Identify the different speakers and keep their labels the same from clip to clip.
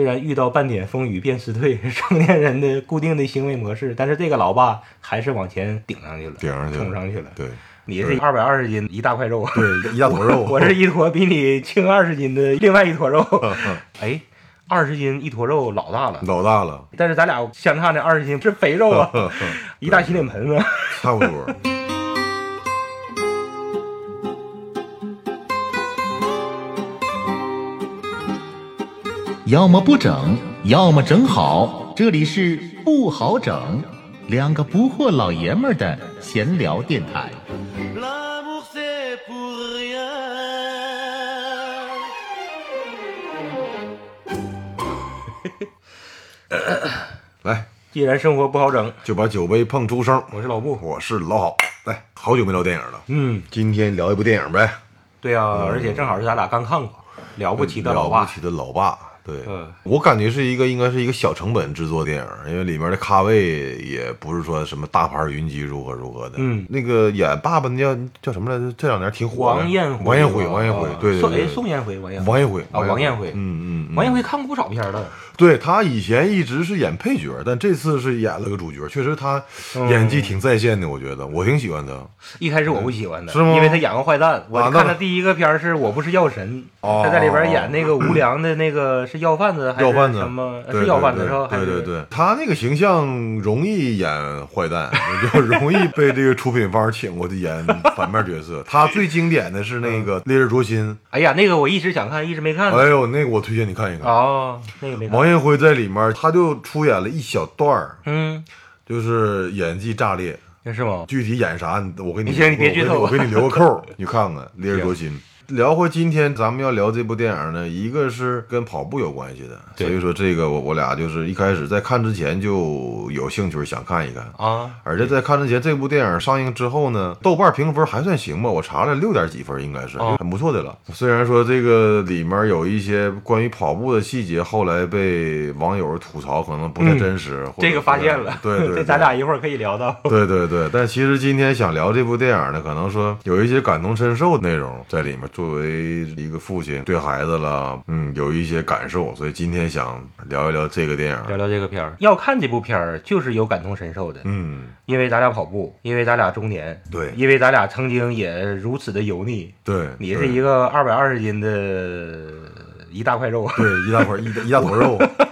Speaker 1: 虽然遇到半点风雨便辞退，是成年人的固定的行为模式，但是这个老爸还是往前顶上去了，
Speaker 2: 顶上去了
Speaker 1: 冲上去了。
Speaker 2: 对
Speaker 1: 你是二百二十斤一大块肉，
Speaker 2: 对，一大坨 肉，
Speaker 1: 我是一坨比你轻二十斤的另外一坨肉。
Speaker 2: 嗯
Speaker 1: 哎，二十斤一坨肉老大了，
Speaker 2: 老大了，
Speaker 1: 但是咱俩相差那二十斤是肥肉啊，
Speaker 2: 嗯
Speaker 1: 一大洗脸盆啊子。
Speaker 2: 差不多。
Speaker 3: 要么不整，要么整好。这里是不好整，两个不惑老爷们儿的闲聊电台。
Speaker 4: L'amour c'est pour rien.
Speaker 2: 来，
Speaker 1: 既然生活不好整，
Speaker 2: 就把酒杯碰出声。
Speaker 1: 我是老布。
Speaker 2: 我是老好，来，好久没聊电影了，
Speaker 1: 嗯，
Speaker 2: 今天聊一部电影呗，
Speaker 1: 对
Speaker 2: 嗯
Speaker 1: 啊，而且正好是咱俩刚看过《了不起的
Speaker 2: 了
Speaker 1: 老爸
Speaker 2: 不》。起的老爸，对，
Speaker 1: 嗯
Speaker 2: 我感觉是一个应该是一个小成本制作电影，因为里面的咖位也不是说什么大牌云集如何如何的。
Speaker 1: 嗯
Speaker 2: 那个演爸爸那叫叫什么来着？这两年挺火的。
Speaker 1: 王彦辉，
Speaker 2: 王彦辉，王彦辉
Speaker 1: 啊，
Speaker 2: 对对
Speaker 1: 宋
Speaker 2: 对
Speaker 1: 哎，，宋彦辉，王彦
Speaker 2: 王彦辉
Speaker 1: 啊，王彦辉，
Speaker 2: 嗯嗯，
Speaker 1: 王彦辉看过不少片儿了，
Speaker 2: 嗯，对他以前一直是演配角，但这次是演了个主角，确实他
Speaker 1: 嗯
Speaker 2: 演技挺在线的，我觉得我挺喜欢他。
Speaker 1: 一开始我不喜欢他，
Speaker 2: 是吗
Speaker 1: 因为他演过坏蛋。我
Speaker 2: 啊那
Speaker 1: 看他第一个片儿是我不是药神，
Speaker 2: 哦
Speaker 1: 他在里边演那个无良的那个是药贩子还是
Speaker 2: 要饭的
Speaker 1: 什么？
Speaker 2: 对
Speaker 1: 是药贩子是吧？还
Speaker 2: 对
Speaker 1: 是
Speaker 2: 对对对，他那个形象容易演坏蛋， 就容易被这个出品方请过去演反面角色。他最经典的是那个《烈日灼心
Speaker 1: 哎呀，那个我一直想看，一直没》，看。
Speaker 2: 哎呦，那个我推荐你看一看。
Speaker 1: 哦，那个没看。
Speaker 2: 王彦辉在里面，他就出演了一小段儿，
Speaker 1: 嗯，
Speaker 2: 就是演技炸裂。
Speaker 1: 那是吗？
Speaker 2: 具体演啥，你我给你，
Speaker 1: 你先你别剧透
Speaker 2: 我给你我给你留个 扣儿，你看看《烈日灼心》。聊回今天咱们要聊这部电影呢，一个是跟跑步有关系的，所
Speaker 1: 对
Speaker 2: 以说这个我我俩就是一开始在看之前就有兴趣想看一看，
Speaker 1: 啊，
Speaker 2: 而且在看之前这部电影上映之后呢，豆瓣评分还算行吧，我查了六点几分应该是
Speaker 1: 哦
Speaker 2: 很不错的了。虽然说这个里面有一些关于跑步的细节，后来被网友吐槽可能不太
Speaker 1: 嗯
Speaker 2: 真实，或者
Speaker 1: 这个发
Speaker 2: 不太
Speaker 1: 现了。
Speaker 2: 对 对，
Speaker 1: 这咱
Speaker 2: 对
Speaker 1: 俩一会儿可以聊 到。
Speaker 2: 对对对，但其实今天想聊这部电影呢，可能说有一些感同身受的内容在里面。作为一个父亲对孩子了，嗯，有一些感受，所以今天想聊一聊这个电
Speaker 1: 聊
Speaker 2: 影。
Speaker 1: 聊这个片儿，要看这部片儿就是有感同身受的，
Speaker 2: 嗯，
Speaker 1: 因为咱俩跑步，因为咱俩中年，
Speaker 2: 对
Speaker 1: 因为咱俩曾经也如此的油腻。
Speaker 2: 对，
Speaker 1: 你
Speaker 2: 对
Speaker 1: 是一个二百二十斤的一大块肉，
Speaker 2: 对一大坨一大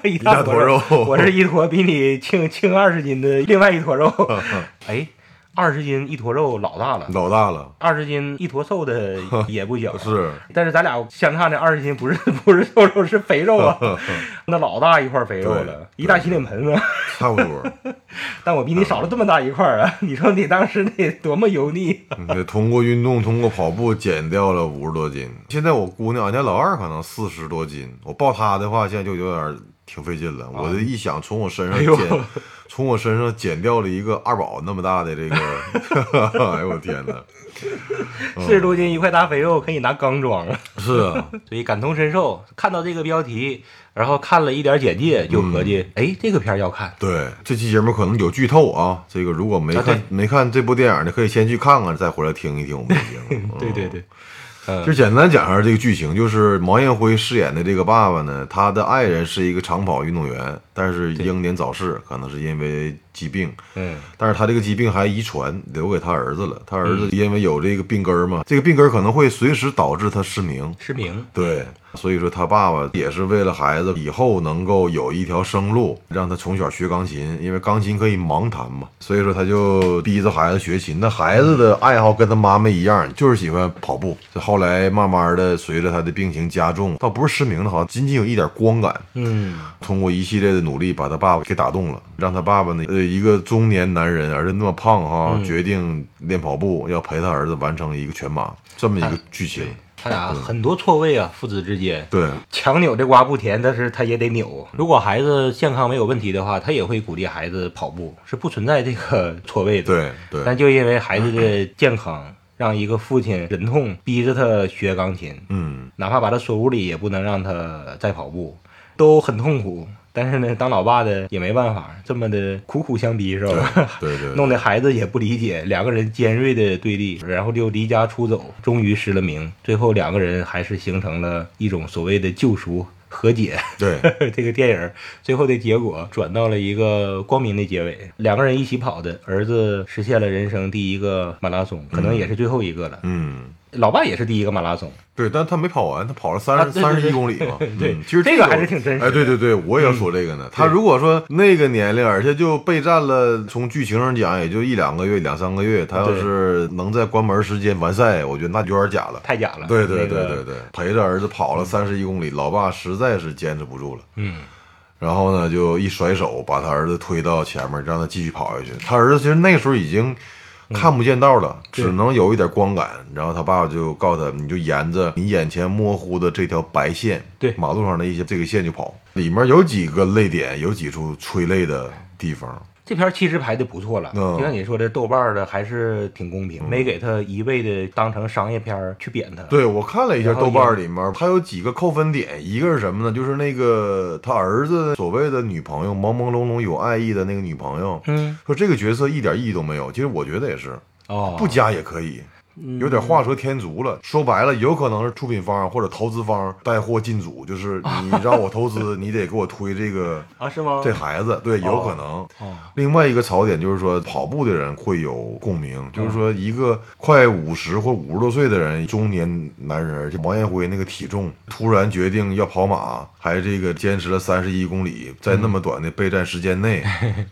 Speaker 2: 一大坨
Speaker 1: 一
Speaker 2: 肉，大坨肉
Speaker 1: 我 是一坨比你轻轻二十斤的另外一坨肉。 哎，二十斤一坨肉老大了，
Speaker 2: 老大了，
Speaker 1: 二十斤一坨瘦 的也不小。，
Speaker 2: 是
Speaker 1: 但是咱俩相差那二十斤不是不是瘦肉是肥肉啊， 那老大一块肥肉了，
Speaker 2: 对
Speaker 1: 一大洗脸盆子。
Speaker 2: 差不多。
Speaker 1: 但我比你少了这么大一块儿啊！你说你当时得多么油腻啊！
Speaker 2: 你嗯通过运动，通过跑步减掉了五十多斤。现在我姑娘，俺家老二可能四十多斤，我抱她的话，现在就有点挺费劲了。我这一想，从我身上
Speaker 1: 哎呦
Speaker 2: 减，从我身上减掉了一个二宝那么大的 这个， 哎呦我天哪！
Speaker 1: 四十多斤一块大肥肉可以拿缸装啊！
Speaker 2: 是啊，
Speaker 1: 所以感同身受，看到这个标题，然后看了一点简介，就合计，哎、这个片儿要看。
Speaker 2: 对，这期节目可能有剧透啊。这个如果没
Speaker 1: 啊
Speaker 2: 看、
Speaker 1: 对
Speaker 2: 没看这部电影的，可以先去看看，再回来听一听我们的节 目。嗯
Speaker 1: 对对对，呃
Speaker 2: 就简单讲一下这个剧情，就是毛彦辉饰演的这个爸爸呢，他的爱人是一个长跑运动员，但是英年早逝，可能是因为疾病。
Speaker 1: 嗯，
Speaker 2: 但是他这个疾病还遗传留给他儿子了，他儿子因为有这个病根儿嘛，这个病根儿可能会随时导致他失明。
Speaker 1: 失明，
Speaker 2: 对，所以说他爸爸也是为了孩子以后能够有一条生路，让他从小学钢琴，因为钢琴可以盲弹嘛，所以说他就逼着孩子学琴。那孩子的爱好跟他妈妈一样，就是喜欢跑步。这后来慢慢的随着他的病情加重，倒不是失明的，好像仅仅有一点光感。
Speaker 1: 嗯，
Speaker 2: 通过一系列的努力，把他爸爸给打动了，让他爸爸呢，呃，一个中年男人，而且那么胖哈，决定练跑步，要陪他儿子完成一个全马，这么一个剧情。
Speaker 1: 他俩很多错位啊，父子之间。
Speaker 2: 对，
Speaker 1: 强扭这瓜不甜，但是他也得扭。如果孩子健康没有问题的话，他也会鼓励孩子跑步，是不存在这个错位的。
Speaker 2: 对，对。
Speaker 1: 但就因为孩子的健康，让一个父亲忍痛逼着他学钢琴，
Speaker 2: 嗯，
Speaker 1: 哪怕把他锁屋里，也不能让他再跑步，都很痛苦。但是呢，当老爸的也没办法，这么的苦苦相逼是吧？
Speaker 2: 对对，
Speaker 1: 弄得孩子也不理解，两个人尖锐的对立，然后就离家出走，终于失了明。最后两个人还是形成了一种所谓的救赎和解
Speaker 2: 对，
Speaker 1: 这个电影儿最后的结果转到了一个光明的结尾，两个人一起跑的，儿子实现了人生第一个马拉松，可能也是最后一个了。
Speaker 2: 嗯，
Speaker 1: 老爸也是第一个马拉松，
Speaker 2: 对，但他没跑完，他跑了三
Speaker 1: 啊对
Speaker 2: 十
Speaker 1: 对
Speaker 2: 三十一
Speaker 1: 对
Speaker 2: 公里嘛。 嗯
Speaker 1: 对
Speaker 2: 其实
Speaker 1: 这个还是挺真实
Speaker 2: 哎，对对对，我也要说这个呢。他如果说那个年龄，而且就备战了，从剧情上讲也就一两个月、两三个月，他要
Speaker 1: 对
Speaker 2: 是能在关门时间完赛，我觉得那就有点假了。
Speaker 1: 太假了。
Speaker 2: 对
Speaker 1: 那
Speaker 2: 对对
Speaker 1: 个
Speaker 2: 对对，陪着儿子跑了三十一公里，老爸实在是坚持不住了。
Speaker 1: 嗯，
Speaker 2: 然后呢，就一甩手把他儿子推到前面，让他继续跑下去。他儿子其实那时候已经
Speaker 1: 嗯
Speaker 2: 看不见道了，只能有一点光感。然后他爸爸就告诉他，你就沿着你眼前模糊的这条白线，
Speaker 1: 对
Speaker 2: 马路上的一些这个线就跑。里面有几个泪点，有几处催泪的地方。
Speaker 1: 这片儿其实排的不错了，
Speaker 2: 嗯
Speaker 1: 就像你说的，豆瓣儿的还是挺公平，没给他一味的当成商业片儿去贬他。
Speaker 2: 对，我看了一下
Speaker 1: 然后
Speaker 2: 豆瓣儿里面，它有几个扣分点，一个是什么呢？就是那个他儿子所谓的女朋友，朦朦胧胧有爱意的那个女朋友，
Speaker 1: 嗯，
Speaker 2: 说这个角色一点意义都没有。其实我觉得也是，
Speaker 1: 哦，嗯
Speaker 2: 不加也可以，有点画蛇添足了。说白了，有可能是出品方或者投资方带货进组，就是
Speaker 1: 哦
Speaker 2: 你让我投资，你得给我推这个
Speaker 1: 啊，是吗？
Speaker 2: 这孩子，对，有可能。
Speaker 1: 哦
Speaker 2: 另外一个槽点就是说，跑步的人会有共鸣，就是说一个快五十或五十多岁的人，中年男人，而且王彦辉那个体重，突然决定要跑马，还这个坚持了三十一公里，在那么短的备战时间 内，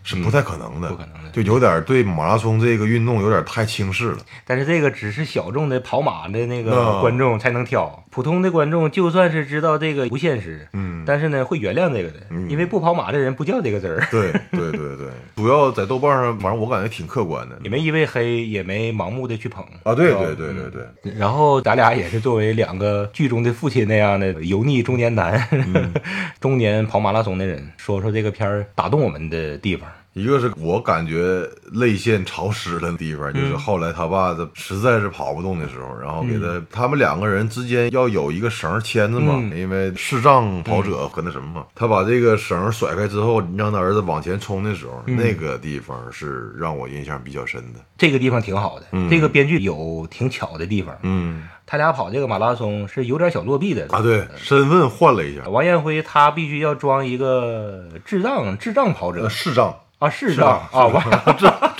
Speaker 2: 是不太可能的，
Speaker 1: 嗯不可能的
Speaker 2: 就有点对马拉松这个运动有点太轻视了。
Speaker 1: 但是这个只是小众的跑马的那个
Speaker 2: 嗯
Speaker 1: 观众才能挑，普通的观众就算是知道这个不现实，
Speaker 2: 嗯
Speaker 1: 但是呢会原谅这个的，因为不跑马的人不叫这个字儿，
Speaker 2: 对对对对，主要在豆瓣上，反正我感觉挺客观的
Speaker 1: 也没因为黑，也没盲目的去捧。
Speaker 2: 啊。对对对对对，
Speaker 1: 然后咱俩也是作为两个剧中的父亲那样的油腻中年男，
Speaker 2: 嗯
Speaker 1: 中年跑马拉松的人，说说这个片儿打动我们的地方。
Speaker 2: 一个是我感觉泪腺潮湿的地方，就是后来他爸这实在是跑不动的时候，然后给他他们两个人之间要有一个绳儿牵着嘛，因为视障跑者和那什么嘛，他把这个绳儿甩开之后，让他儿子往前冲的时候，那个地方是让我印象比较深的。
Speaker 1: 这个地方挺好的，
Speaker 2: 嗯
Speaker 1: 这个编剧有挺巧的地方。
Speaker 2: 嗯
Speaker 1: 他俩跑这个马拉松是有点小作弊的
Speaker 2: 啊，对，身份换了一下，
Speaker 1: 王彦辉他必须要装一个智障智障跑
Speaker 2: 呃，
Speaker 1: 者
Speaker 2: 视障。
Speaker 1: 啊，视障啊，王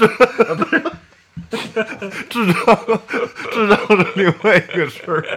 Speaker 2: 智障， 智障是另外一个事儿、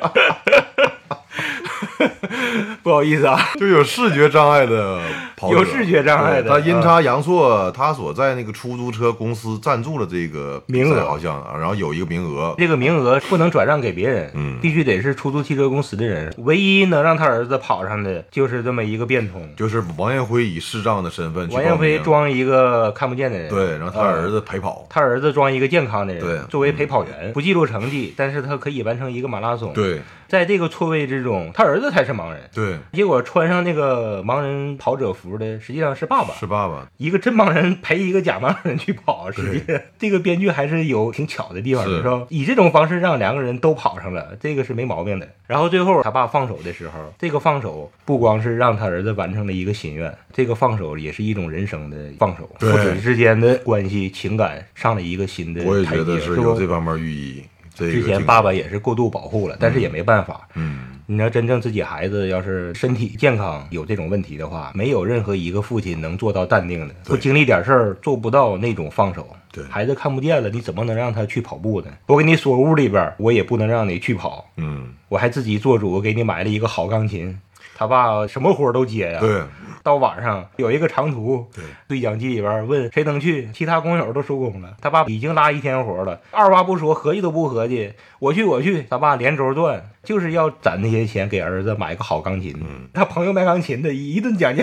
Speaker 1: 不好意思啊，
Speaker 2: 就有视觉障碍的跑者，
Speaker 1: 有视觉障碍的嗯
Speaker 2: 对他阴差阳错，他所在那个出租车公司赞助了这个比赛
Speaker 1: 名额
Speaker 2: 好像，啊然后有一个名额。
Speaker 1: 这个名额不能转让给别人，
Speaker 2: 嗯
Speaker 1: 必须得是出租汽车公司的人。唯一能让他儿子跑上的就是这么一个变通，
Speaker 2: 就是王彦辉以视障的身份去报
Speaker 1: 王
Speaker 2: 名，啊
Speaker 1: 彦辉装一个看不见的人，
Speaker 2: 对，然后他
Speaker 1: 啊
Speaker 2: 儿子陪跑，
Speaker 1: 他儿子装一个健康的人，
Speaker 2: 对嗯
Speaker 1: 作为陪跑员，不记录成绩，但是他可以完成一个马拉松。，
Speaker 2: 对
Speaker 1: 在这个错位之中，他儿子才是盲人。
Speaker 2: 对，
Speaker 1: 结果穿上那个盲人跑者服的，实际上是爸爸，
Speaker 2: 是爸爸，
Speaker 1: 一个真盲人陪一个假盲人去跑，实际上 这个编剧还是有挺巧的地方，
Speaker 2: 是
Speaker 1: 就是说以这种方式让两个人都跑上了，这个是没毛病的。然后最后他爸放手的时候，这个放手不光是让他儿子完成了一个心愿，这个放手也是一种人生的放手，父
Speaker 2: 对
Speaker 1: 子之间的关系情感上了一个新的
Speaker 2: 我也
Speaker 1: 台
Speaker 2: 觉
Speaker 1: 阶，
Speaker 2: 得
Speaker 1: 是
Speaker 2: 是
Speaker 1: 不
Speaker 2: 有这方面寓意。这个
Speaker 1: 之前
Speaker 2: 挺
Speaker 1: 爸，爸也是过度保护了，但是也没办法，
Speaker 2: 嗯，
Speaker 1: 你要真正自己孩子要是身体健康有这种问题的话，没有任何一个父亲能做到淡定的，不经历点事儿做不到那种放手。
Speaker 2: 对
Speaker 1: 孩子看不见了，你怎么能让他去跑步呢？我给你锁屋里边儿，我也不能让你去跑，
Speaker 2: 嗯，
Speaker 1: 我还自己做主给你买了一个好钢琴。他爸什么活儿都接呀、
Speaker 2: 对，
Speaker 1: 到晚上有一个长途
Speaker 2: 对
Speaker 1: 对讲机里边问谁能去，其他工友都收工了，他爸已经拉一天活了，二话不说，合计都不合计，我去我去，他爸连轴转，就是要攒那些钱给儿子买个好钢琴。他朋友卖钢琴的一顿讲价，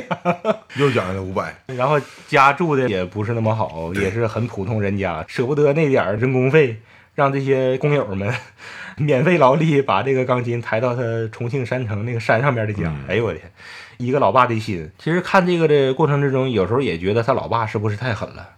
Speaker 2: 又讲了五百，
Speaker 1: 然后家住的也不是那么好，也是很普通人家，舍不得那点儿人工费。让这些工友们 免费劳力把这个钢琴抬到他重庆山城那个山上边的家，
Speaker 2: 嗯
Speaker 1: 哎呦我天，一个老爸的心。其实看这个的过程之中，有时候也觉得他老爸是不是太狠了，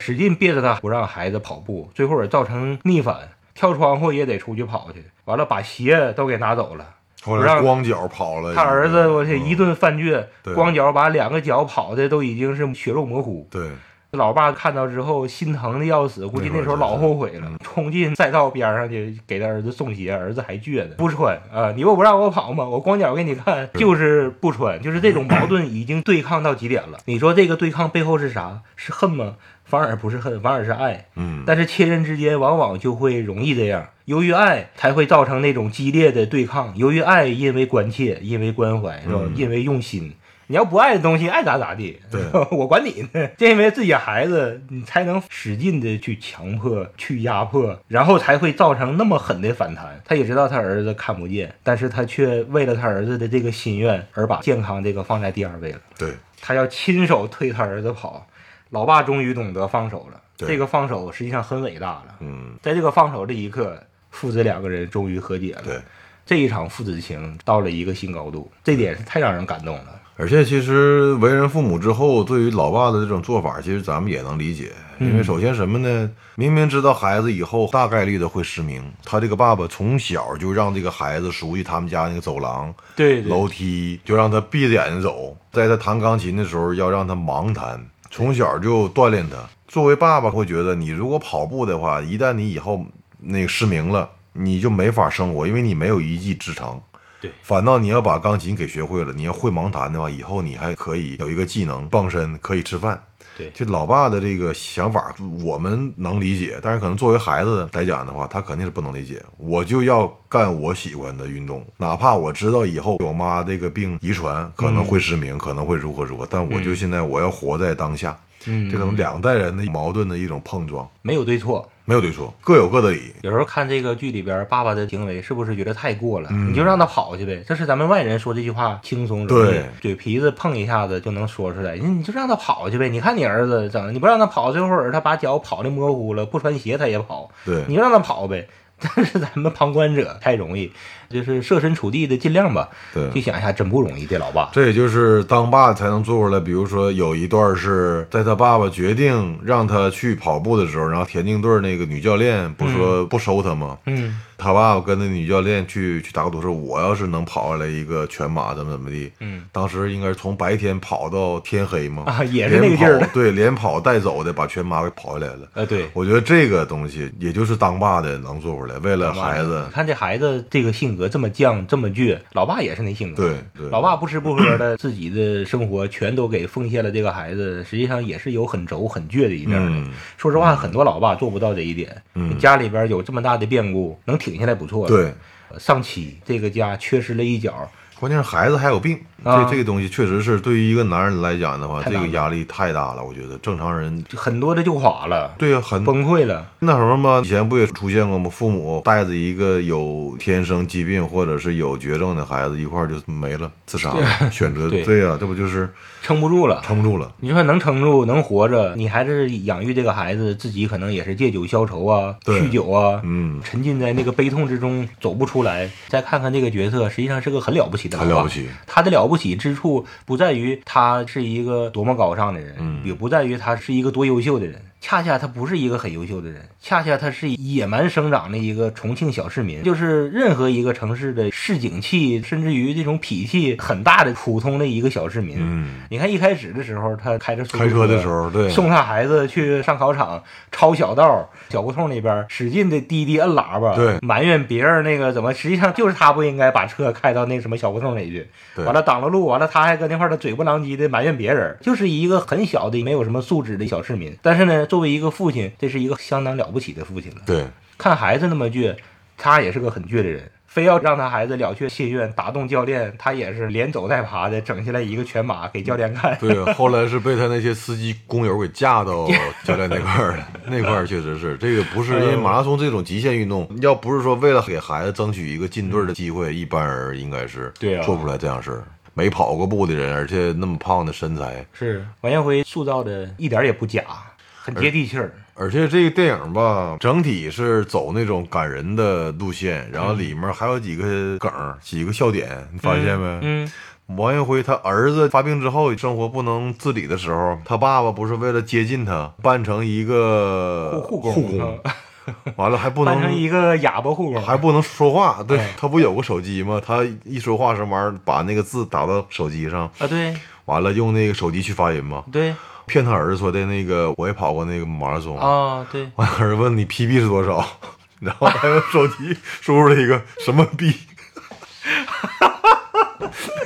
Speaker 1: 使劲憋着他不让孩子跑步，最后也造成逆反，跳窗户也得出去跑去，完了把鞋都给拿走了。
Speaker 2: 后
Speaker 1: 不让
Speaker 2: 来光脚跑了一个。
Speaker 1: 他儿子，我去
Speaker 2: 嗯
Speaker 1: 一顿犯倔，
Speaker 2: 对
Speaker 1: 光脚把两个脚跑的都已经是血肉模糊。
Speaker 2: 对，
Speaker 1: 老爸看到之后心疼的要死，估计那时候老后悔了，空进赛道边上去给他儿子送鞋，儿子还倔呢，不穿啊！你不不让我跑吗？我光脚给你看， 就是不穿，就是这种矛盾已经对抗到极点了。你说这个对抗背后是啥？是恨吗？反而不是恨，反而是爱。
Speaker 2: 嗯，
Speaker 1: 但是亲人之间往往就会容易这样，由于爱才会造成那种激烈的对抗，由于爱，因为关切，因为关怀，是吧？
Speaker 2: 嗯
Speaker 1: 因为用心。你要不爱的东西，爱咋咋地，
Speaker 2: 对
Speaker 1: 我管 你呢。正因为自己孩子，你才能使劲的去强迫、去压迫，然后才会造成那么狠的反弹。他也知道他儿子看不见，但是他却为了他儿子的这个心愿而把健康这个放在第二位了。
Speaker 2: 对，
Speaker 1: 他要亲手推他儿子跑。老爸终于懂得放手了，
Speaker 2: 对
Speaker 1: 这个放手实际上很伟大了。
Speaker 2: 嗯，
Speaker 1: 在这个放手这一刻，父子两个人终于和解了。
Speaker 2: 对。
Speaker 1: 这一场父子情到了一个新高度，这点是太让人感动了。
Speaker 2: 而且其实为人父母之后，对于老爸的这种做法，其实咱们也能理解，因为首先什么呢？明明知道孩子以后大概率的会失明，他这个爸爸从小就让这个孩子熟悉他们家那个走廊、
Speaker 1: 对对
Speaker 2: 楼梯，就让他闭着眼睛走，在他弹钢琴的时候要让他盲弹，从小就锻炼他。作为爸爸会觉得，你如果跑步的话，一旦你以后那个失明了，你就没法生活，因为你没有一技之长。反倒你要把钢琴给学会了，你要会盲弹的话，以后你还可以有一个技能傍身，可以吃饭。
Speaker 1: 对
Speaker 2: 就老爸的这个想法，我们能理解，但是可能作为孩子来讲的话，他肯定是不能理解。我就要干我喜欢的运动，哪怕我知道以后我妈这个病遗传可能会失明，可能会如何如何，但我就现在我要活在当下。
Speaker 1: 嗯
Speaker 2: 这种两代人的矛盾的一种碰撞，
Speaker 1: 没有对错。
Speaker 2: 没有对错，各有各的理。
Speaker 1: 有时候看这个剧里边，爸爸的行为是不是觉得太过了？你就让他跑去呗。这是咱们外人说这句话轻松容易
Speaker 2: 嗯对，
Speaker 1: 嘴皮子碰一下子就能说出来。你你就让他跑去呗。你看你儿子整的，你不让他跑，这会儿他把脚跑的模糊了，不穿鞋他也跑。
Speaker 2: 对，
Speaker 1: 你就让他跑呗。 但是咱们旁观者太容易，就是设身处地的尽量吧，
Speaker 2: 对
Speaker 1: 去想一下，真不容易，这老爸。
Speaker 2: 这也就是当爸才能做出来。比如说，有一段是在他爸爸决定让他去跑步的时候，然后田径队那个女教练不说不收他吗？
Speaker 1: 嗯，
Speaker 2: 他爸爸跟那女教练去去打个赌，说我要是能跑下来一个全马，怎么怎么地。
Speaker 1: 嗯，
Speaker 2: 当时应该是从白天跑到天黑嘛，
Speaker 1: 啊也是那个劲儿
Speaker 2: 连跑对，连跑带走的把全马给跑下来了。
Speaker 1: 呃，对，
Speaker 2: 我觉得这个东西，也就是当爸的能做出来，为了孩子
Speaker 1: 你，看这孩子这个性格这么犟，这么倔，老爸也是那性格。
Speaker 2: 对对，
Speaker 1: 老爸不吃不喝的，自己的生活全都给奉献了这个孩子，实际上也是有很轴、很倔的一面的。
Speaker 2: 嗯
Speaker 1: 说实话，很多老爸做不到这一点。
Speaker 2: 嗯
Speaker 1: 家里边有这么大的变故，能挺下来不错了。
Speaker 2: 对。
Speaker 1: 呃，上期这个家缺失了一角，
Speaker 2: 关键是孩子还有病，
Speaker 1: 啊
Speaker 2: 这这个东西确实是对于一个男人来讲的话，
Speaker 1: 太
Speaker 2: 这
Speaker 1: 大了
Speaker 2: 个压力太大了。我觉得正常人，
Speaker 1: 就很多的就垮了，
Speaker 2: 对呀、很
Speaker 1: 崩溃了。
Speaker 2: 那什么嘛，以前不也出现过吗？父母带着一个有天生疾病或者是有绝症的孩子一块儿就没了，自杀了，选择
Speaker 1: 对
Speaker 2: 对呀、这不就是
Speaker 1: 撑不住了。
Speaker 2: 撑不住了？
Speaker 1: 你说能撑住、能活着，你还是养育这个孩子，自己可能也是借酒消愁啊、
Speaker 2: 对
Speaker 1: 酗酒啊，
Speaker 2: 嗯，
Speaker 1: 沉浸在那个悲痛之中走不出来。再看看这个角色，实际上是个很了不起的，
Speaker 2: 很了不起。
Speaker 1: 他的了不起之处不在于他是一个多么高尚的人，
Speaker 2: 嗯
Speaker 1: 也不在于他是一个多优秀的人，恰恰他不是一个很优秀的人，恰恰他是野蛮生长的一个重庆小市民，就是任何一个城市的市井气，甚至于这种痞气很大的普通的一个小市民。
Speaker 2: 嗯，
Speaker 1: 你看一开始的时候，他开着出租
Speaker 2: 开车的时候对
Speaker 1: 送他孩子去上考场，抄小道、小胡同里边，使劲的滴滴摁喇叭，
Speaker 2: 对
Speaker 1: 埋怨别人那个怎么，实际上就是他不应该把车开到那个什么小胡同里去，
Speaker 2: 对
Speaker 1: 完了挡了路，完了他还搁那块儿他嘴不狼藉的埋怨别人，就是一个很小的没有什么素质的小市民。但是呢，作为一个父亲，这是一个相当了不起的父亲了。
Speaker 2: 对，
Speaker 1: 看孩子那么倔，他也是个很倔的人，非要让他孩子了却心愿，打动教练，他也是连走带爬的整下来一个全马给教练看。
Speaker 2: 对呀，后来是被他那些司机工友给架到教练那块儿 了，那块儿确实是这个不是因为马拉松这种极限运动，要不是说为了给孩子争取一个进队儿的机会，一般人应该是
Speaker 1: 对啊
Speaker 2: 做不出来这样事儿。没跑过步的人，而且那么胖的身材，
Speaker 1: 是王彦辉塑造的一点儿也不假，很接地气儿。
Speaker 2: 而且这个电影吧，整体是走那种感人的路线，然后里面还有几个梗儿、几个笑点，你发现没？
Speaker 1: 嗯，
Speaker 2: 王彦辉他儿子发病之后，生活不能自理的时候，他爸爸不是为了接近他，扮成一个
Speaker 1: 护工，
Speaker 2: 护工，
Speaker 1: 嗯
Speaker 2: 完了还不
Speaker 1: 扮成
Speaker 2: 能
Speaker 1: 一个哑巴护工，
Speaker 2: 还不能说话，对
Speaker 1: 哎
Speaker 2: 他不有个手机吗？他一说话什么玩意儿，把那个字打到手机上。
Speaker 1: 啊对，
Speaker 2: 完了用那个手机去发音嘛，
Speaker 1: 对
Speaker 2: 骗他儿子说的那个我也跑过那个马拉松，
Speaker 1: 啊，对，
Speaker 2: 完儿子问你 PB 是多少，然后他用手机输入了一个什么 B，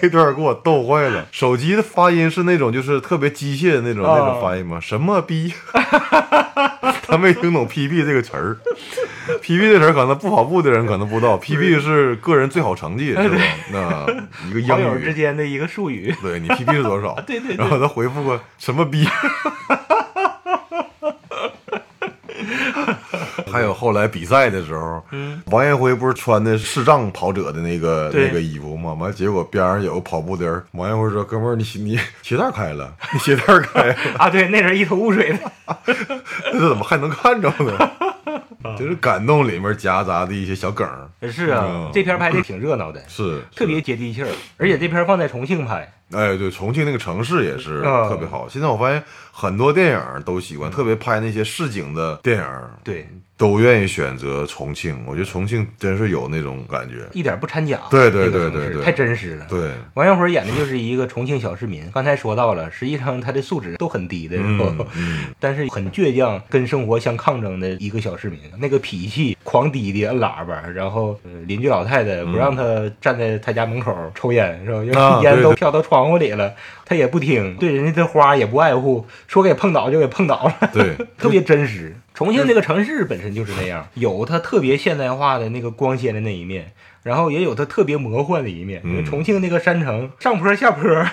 Speaker 2: 那段给我逗坏了。手机的发音是那种就是特别机械的那种、
Speaker 1: 哦
Speaker 2: 那种发音吗？什么 B？他没听懂 PB 这个词儿，PB 这词儿可能不跑步的人可能不知道，PB 是个人最好成绩是吧？那一个英
Speaker 1: 网友之
Speaker 2: 语。
Speaker 1: 间的一个术语。
Speaker 2: 对你 PB 是多少？
Speaker 1: 啊对对对
Speaker 2: 然后他回复过什么逼？ 还有后来比赛的时候，
Speaker 1: 嗯，
Speaker 2: 王彦辉不是穿的视障跑者的那个
Speaker 1: 对
Speaker 2: 那个衣服吗？完，结果边上有个跑步的人，王彦辉说：“哥们儿，你你鞋带开了，你鞋带开了，
Speaker 1: 啊，对，那人一头雾水的。
Speaker 2: 这怎么还能看着呢？” 就是感动里面夹杂的一些小梗儿，
Speaker 1: 是啊
Speaker 2: 嗯，
Speaker 1: 这片儿拍的挺热闹 的，
Speaker 2: 是
Speaker 1: 特别接地气儿，而且这片儿放在重庆拍，
Speaker 2: 哎，对，重庆那个城市也是
Speaker 1: 嗯
Speaker 2: 特别好。现在我发现很多电影都喜欢，特别拍那些市井的电影，
Speaker 1: 对，
Speaker 2: 都愿意选择重庆。我觉得重庆真是有那种感觉。
Speaker 1: 一点不掺假。
Speaker 2: 对对
Speaker 1: 这个
Speaker 2: 对
Speaker 1: 城市
Speaker 2: 对对
Speaker 1: 太真实了。
Speaker 2: 对，
Speaker 1: 王小辉演的就是一个重庆小市民，刚才说到了，实际上他的素质都很低的，
Speaker 2: 嗯嗯，
Speaker 1: 但是很倔强，跟生活相抗争的一个小市民，那个脾气狂滴滴摁喇叭，然后、呃邻居老太太不让他站在他家门口抽烟，是吧？因
Speaker 2: 啊
Speaker 1: 为烟
Speaker 2: 对
Speaker 1: 都
Speaker 2: 对
Speaker 1: 飘到窗户里了，他也不听，对人家的花也不爱护，说给碰倒就给碰倒了。
Speaker 2: 对，
Speaker 1: 特别真实。重庆这个城市本身就是那样，
Speaker 2: 嗯
Speaker 1: 有它特别现代化的那个光鲜的那一面，然后也有它特别魔幻的一面。因为重庆那个山城，上坡下坡，
Speaker 2: 哎，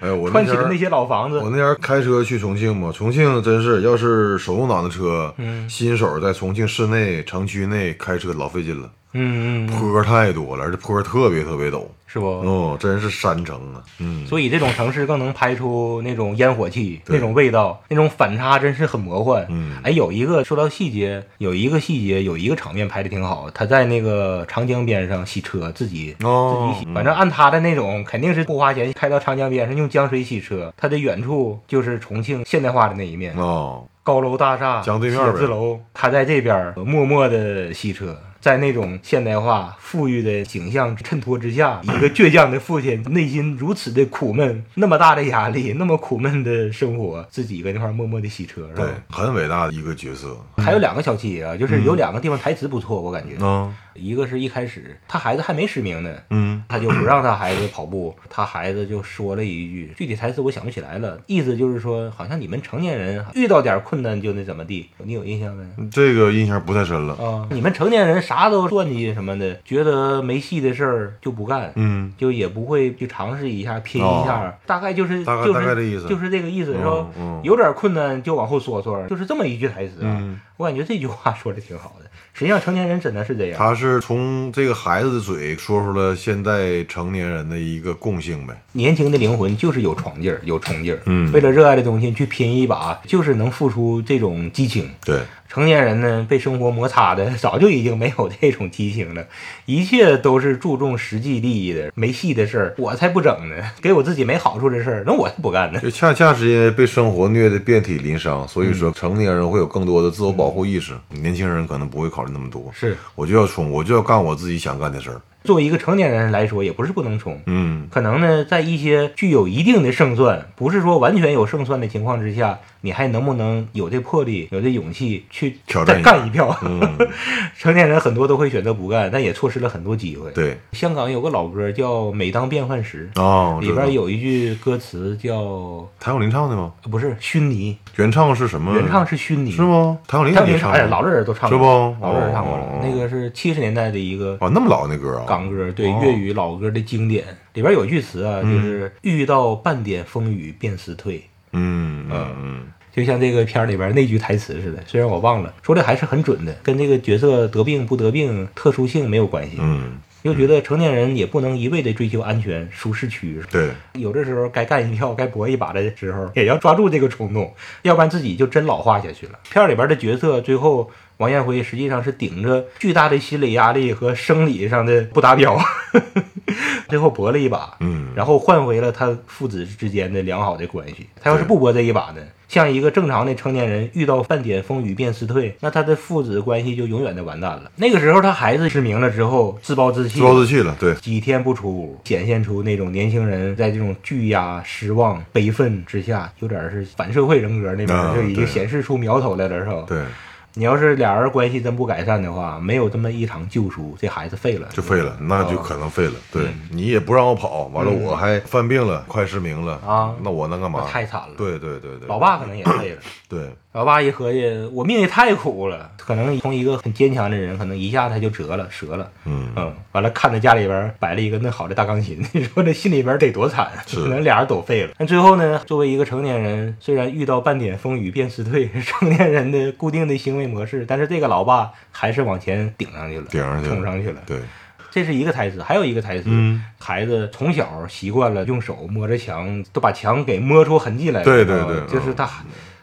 Speaker 2: 嗯我
Speaker 1: 串
Speaker 2: 那
Speaker 1: 起
Speaker 2: 天
Speaker 1: 了
Speaker 2: 儿
Speaker 1: 那些老房
Speaker 2: 我
Speaker 1: 子。
Speaker 2: 那天儿开车去重庆嘛，重庆真是，要是手动挡的车，
Speaker 1: 嗯
Speaker 2: 新手在重庆市内、城区内开车老费劲了，
Speaker 1: 嗯嗯嗯，
Speaker 2: 坡儿太多了，而且坡儿特别特别陡，
Speaker 1: 是不？
Speaker 2: 哦，真是山城啊，嗯，
Speaker 1: 所以这种城市更能拍出那种烟火气、
Speaker 2: 对
Speaker 1: 那种味道、那种反差，真是很魔幻。
Speaker 2: 嗯
Speaker 1: 哎，有一个说到细节，有一个细节，有一个场面拍的挺好。他在那个长江边上洗车，自己
Speaker 2: 哦，嗯
Speaker 1: 反正按他的那种，肯定是不花钱开到长江边上用江水洗车。他的远处就是重庆现代化的那一面，
Speaker 2: 哦，
Speaker 1: 高楼大厦、
Speaker 2: 江对面呗
Speaker 1: 写字楼。他在这边儿默默的洗车，在那种现代化、富裕的景象衬托之 下，一个倔强的父亲内心如此的苦闷，那么大的压 力，那么苦闷的生活，自己搁那块儿默默的洗车，是吧
Speaker 2: 对？，很伟大的一个 角色，
Speaker 1: 还有两个小细节啊，就是有两个地方台词不错，我感觉，
Speaker 2: 嗯
Speaker 1: 一个是一开始他孩子还没失明呢，
Speaker 2: 嗯，
Speaker 1: 他就不让他孩子跑步， 他孩子就说了一句具体台词我想不起来了，意思就是说，好像你们成年人遇到点困难就那怎么地，你有印象没？
Speaker 2: 这个印象不太深了，
Speaker 1: 啊，你们成年人啥都算计什么的，觉得没戏的事儿就不干，
Speaker 2: 嗯，哦
Speaker 1: 就也不会去尝试一下、拼一下，大概就是
Speaker 2: 大概
Speaker 1: 就是
Speaker 2: 大概这意思
Speaker 1: 就是这个意思，说、
Speaker 2: 嗯
Speaker 1: 有点困难就往后缩缩，就是这么一句台词啊。
Speaker 2: 嗯
Speaker 1: 我感觉这句话说的挺好的，实际上成年人真的是这样。
Speaker 2: 他是从这个孩子的嘴说出了现代成年人的一个共性呗，
Speaker 1: 年轻的灵魂就是有闯劲儿，有冲劲儿。
Speaker 2: 嗯
Speaker 1: 为了热爱的东西去拼一把，就是能付出这种激情。
Speaker 2: 对，
Speaker 1: 成年人呢，被生活摩擦的早就已经没有这种激情了，一切都是注重实际利益的，没戏的事儿我才不整呢，给我自己没好处的事儿，那我才不干呢。
Speaker 2: 就恰恰是因为被生活虐得遍体鳞伤，所以说
Speaker 1: 嗯
Speaker 2: 成年人会有更多的自我保护意识，年轻人可能不会考虑那么多，
Speaker 1: 是
Speaker 2: 我就要冲，我就要干我自己想干的事儿，
Speaker 1: 作为一个成年人来说，也不是不能冲。
Speaker 2: 嗯，
Speaker 1: 可能呢，在一些具有一定的胜算，不是说完全有胜算的情况之下，你还能不能有这魄力、有这勇气去
Speaker 2: 挑战
Speaker 1: 再
Speaker 2: 一下
Speaker 1: 干一票？
Speaker 2: 嗯
Speaker 1: 成年人很多都会选择不干，但也错失了很多机会。，
Speaker 2: 对，
Speaker 1: 香港有个老歌叫《每当变幻时》，
Speaker 2: 哦，
Speaker 1: 里边
Speaker 2: 有
Speaker 1: 有一句歌词叫呃
Speaker 2: 谭咏麟唱的吗？
Speaker 1: 不是熏泥，
Speaker 2: 原唱是什么？
Speaker 1: 原唱是熏泥，
Speaker 2: 嗯是？吗？谭咏麟
Speaker 1: 他
Speaker 2: 肯
Speaker 1: 没
Speaker 2: 定
Speaker 1: 啥
Speaker 2: 过
Speaker 1: 哎呀，老人都唱
Speaker 2: 是
Speaker 1: 过，
Speaker 2: 不
Speaker 1: 老人唱过了
Speaker 2: 哦，
Speaker 1: 那个是七十年代的一个
Speaker 2: 啊，那么老那歌啊，
Speaker 1: 港歌，对
Speaker 2: 哦
Speaker 1: 粤语老歌的经典。里边有句词啊，就是遇到半点风雨便思退。
Speaker 2: 嗯嗯嗯，
Speaker 1: 就像这个片儿里边那句台词似的，虽然我忘了，说的还是很准的，跟这个角色得病不得病、特殊性没有关系。
Speaker 2: 嗯，
Speaker 1: 又觉得成年人也不能一味的追求安全、舒适区，
Speaker 2: 对，
Speaker 1: 有的时候该干一票、该搏一把的时候，也要抓住这个冲动，要不然自己就真老化下去了。片儿里边的角色最后。王彦辉实际上是顶着巨大的心理压力和生理上的不达标， 最后搏了一把，
Speaker 2: 嗯，
Speaker 1: 然后换回了他父子之间的良好的关系。他要是不搏这一把呢，像一个正常的成年人遇到半点风雨便思退，那他的父子关系就永远的完蛋了。那个时候他孩子失明了之后，自暴自弃，
Speaker 2: 自暴自弃了，对，
Speaker 1: 几天不出屋，显现出那种年轻人在这种巨压、失望、悲愤之下，有点儿是反社会人格那边
Speaker 2: 啊
Speaker 1: 儿就已
Speaker 2: 对
Speaker 1: 经显示出苗头来了，是吧？
Speaker 2: 对，
Speaker 1: 你要是俩人关系真不改善的话，没有这么一场救赎，这孩子废了，
Speaker 2: 就废了，那就可能废了。
Speaker 1: 哦
Speaker 2: 对
Speaker 1: 嗯
Speaker 2: 你也不让我跑，完了我还犯病了，快失明了
Speaker 1: 啊
Speaker 2: 那我能干嘛
Speaker 1: 那？太惨了。，
Speaker 2: 对对对对，
Speaker 1: 老爸可能也废了。
Speaker 2: 对，
Speaker 1: 老爸一合计，我命也太苦了，可能从一个很坚强的人，可能一下他就折了，折了。
Speaker 2: 嗯，
Speaker 1: 嗯，完了，看着家里边儿摆了一个那好的大钢琴， 你说这心里边儿得多惨啊！
Speaker 2: 是
Speaker 1: 可能俩人都废了。但最后呢，作为一个成年人，虽然遇到半点风雨便思退， 成年人的固定的行为模式，但是这个老爸还是往前顶上去了，
Speaker 2: 顶上去了
Speaker 1: 冲上去了。
Speaker 2: 对，
Speaker 1: 这是一个台词，还有一个台词，
Speaker 2: 嗯
Speaker 1: 孩子从小习惯了用手摸着墙，都把墙给摸出痕迹来了。
Speaker 2: 对对
Speaker 1: 啊
Speaker 2: 对嗯
Speaker 1: 就是他。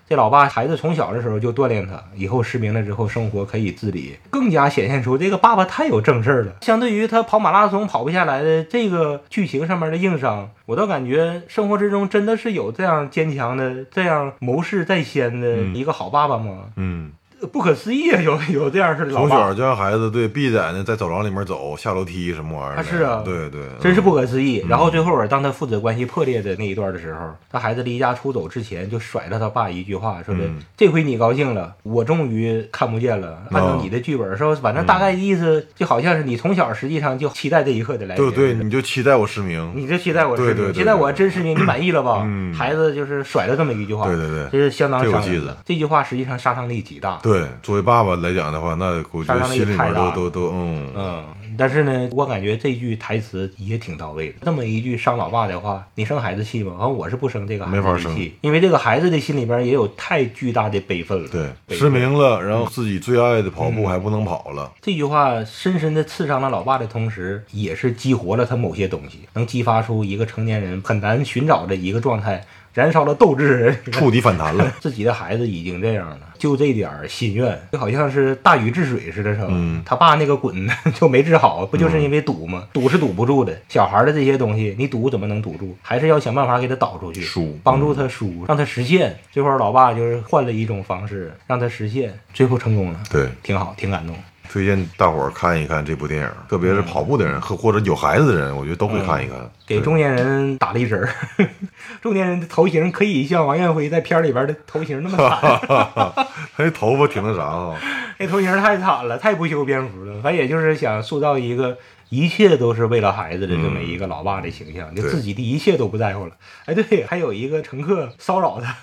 Speaker 1: 这老爸孩子从小的时候就锻炼他，以后失明了之后生活可以自理，更加显现出这个爸爸太有正事儿了。相对于他跑马拉松跑不下来的这个剧情上面的硬伤，我倒感觉生活之中真的是有这样坚强的、这样谋事在先的一个好爸爸吗？
Speaker 2: 嗯，
Speaker 1: 不可思议啊！有有这样式的老
Speaker 2: 从
Speaker 1: 爸，
Speaker 2: 小就让孩子对必然的在走廊里面走，下楼梯什么玩意儿的，
Speaker 1: 啊是啊
Speaker 2: 对对，
Speaker 1: 真是
Speaker 2: 嗯
Speaker 1: 不可思议。然后最后边，当他父子关系破裂的那一段的时候，他孩子离家出走之前就甩了他爸一句话，说的、
Speaker 2: 嗯哦
Speaker 1: 这回你高兴了，我终于看不见了。按照你的剧本说，反正大
Speaker 2: 嗯
Speaker 1: 概意思就好像是你从小实际上就期待这嗯一刻的来临。
Speaker 2: 对对，你就期待我失明，
Speaker 1: 你就期待我失明，
Speaker 2: 对对对对
Speaker 1: 期待我真失明，你满意了吧？
Speaker 2: 嗯
Speaker 1: 孩子就是甩了这么一句话，
Speaker 2: 对对对
Speaker 1: 这是相当
Speaker 2: 这我
Speaker 1: 伤
Speaker 2: 记
Speaker 1: 人
Speaker 2: 得
Speaker 1: 的。这句话实际上杀伤力极大。
Speaker 2: 对，作为爸爸来讲的话，那我觉
Speaker 1: 杀
Speaker 2: 得
Speaker 1: 伤力
Speaker 2: 心里面
Speaker 1: 太大
Speaker 2: 都
Speaker 1: 了
Speaker 2: 都都嗯，
Speaker 1: 嗯，但是呢，我感觉这句台词也挺到位的。这么一句伤老爸的话，你生孩子气吗？反正我是不生这个孩
Speaker 2: 没法
Speaker 1: 子的
Speaker 2: 生
Speaker 1: 气，因为这个孩子的心里边也有太巨大的悲愤了。
Speaker 2: 对，
Speaker 1: 悲
Speaker 2: 失
Speaker 1: 愤。
Speaker 2: 明了，然后自己最爱的跑步
Speaker 1: 嗯
Speaker 2: 还不能跑了，
Speaker 1: 这句话深深的刺伤了老爸的同时，也是激活了他某些东西，能激发出一个成年人很难寻找的一个状态，燃烧了斗志。
Speaker 2: 触底反 弹了，
Speaker 1: 自己的孩子已经这样了，就这点儿心愿，就好像是大禹治水似的，是吧？
Speaker 2: 嗯
Speaker 1: 他爸那个滚 就没治好，不就是因为堵吗？堵是堵不住的，小孩儿的这些东西，你堵怎么能堵住？还是要想办法给他导出去，
Speaker 2: 输嗯
Speaker 1: 帮助他输，让他实现。最后老爸就是换了一种方式让他实现，最后成功了，
Speaker 2: 对。
Speaker 1: 挺好，挺感动。
Speaker 2: 推荐大伙儿看一看这部电影，特别是跑步的人和或者有孩子的人，我觉得都会看一看。
Speaker 1: 嗯给
Speaker 2: 对
Speaker 1: 中年人打了一针儿， 中年人的头型可以像王艳辉在片儿里边的头型那么惨，
Speaker 2: 他那哎头发挺那啥啊，
Speaker 1: 那头型太惨了，太不修边幅了。他也就是想塑造一个一切都是为了孩子的这么一个老爸的形象，就
Speaker 2: 嗯对
Speaker 1: 自己的一切都不在乎了。哎，对，还有一个乘客骚扰 他，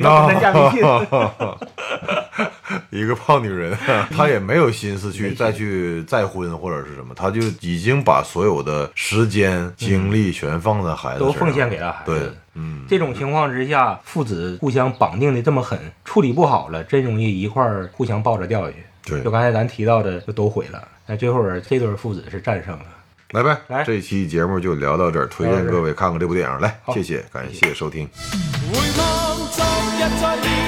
Speaker 1: 要跟他加微信。
Speaker 2: 哦一个胖 女人，她也没有心思去再去再婚或者是什么，她就已经把所有的时间精力全放在孩子身
Speaker 1: 都
Speaker 2: 上
Speaker 1: 奉献给了孩子
Speaker 2: 对，嗯，
Speaker 1: 这种情况之下，父子互相绑定的这么狠，处理不好了，真容易一块儿互相抱着掉下去。
Speaker 2: 对
Speaker 1: 就，刚才咱提到的，就都毁了。那最后这对父子是战胜了。
Speaker 2: 来呗，
Speaker 1: 来
Speaker 2: 这期节目就聊到这儿，推荐各位看看这部电影，来，
Speaker 1: 好
Speaker 2: 谢谢，感谢收听。
Speaker 4: 回望昨日在了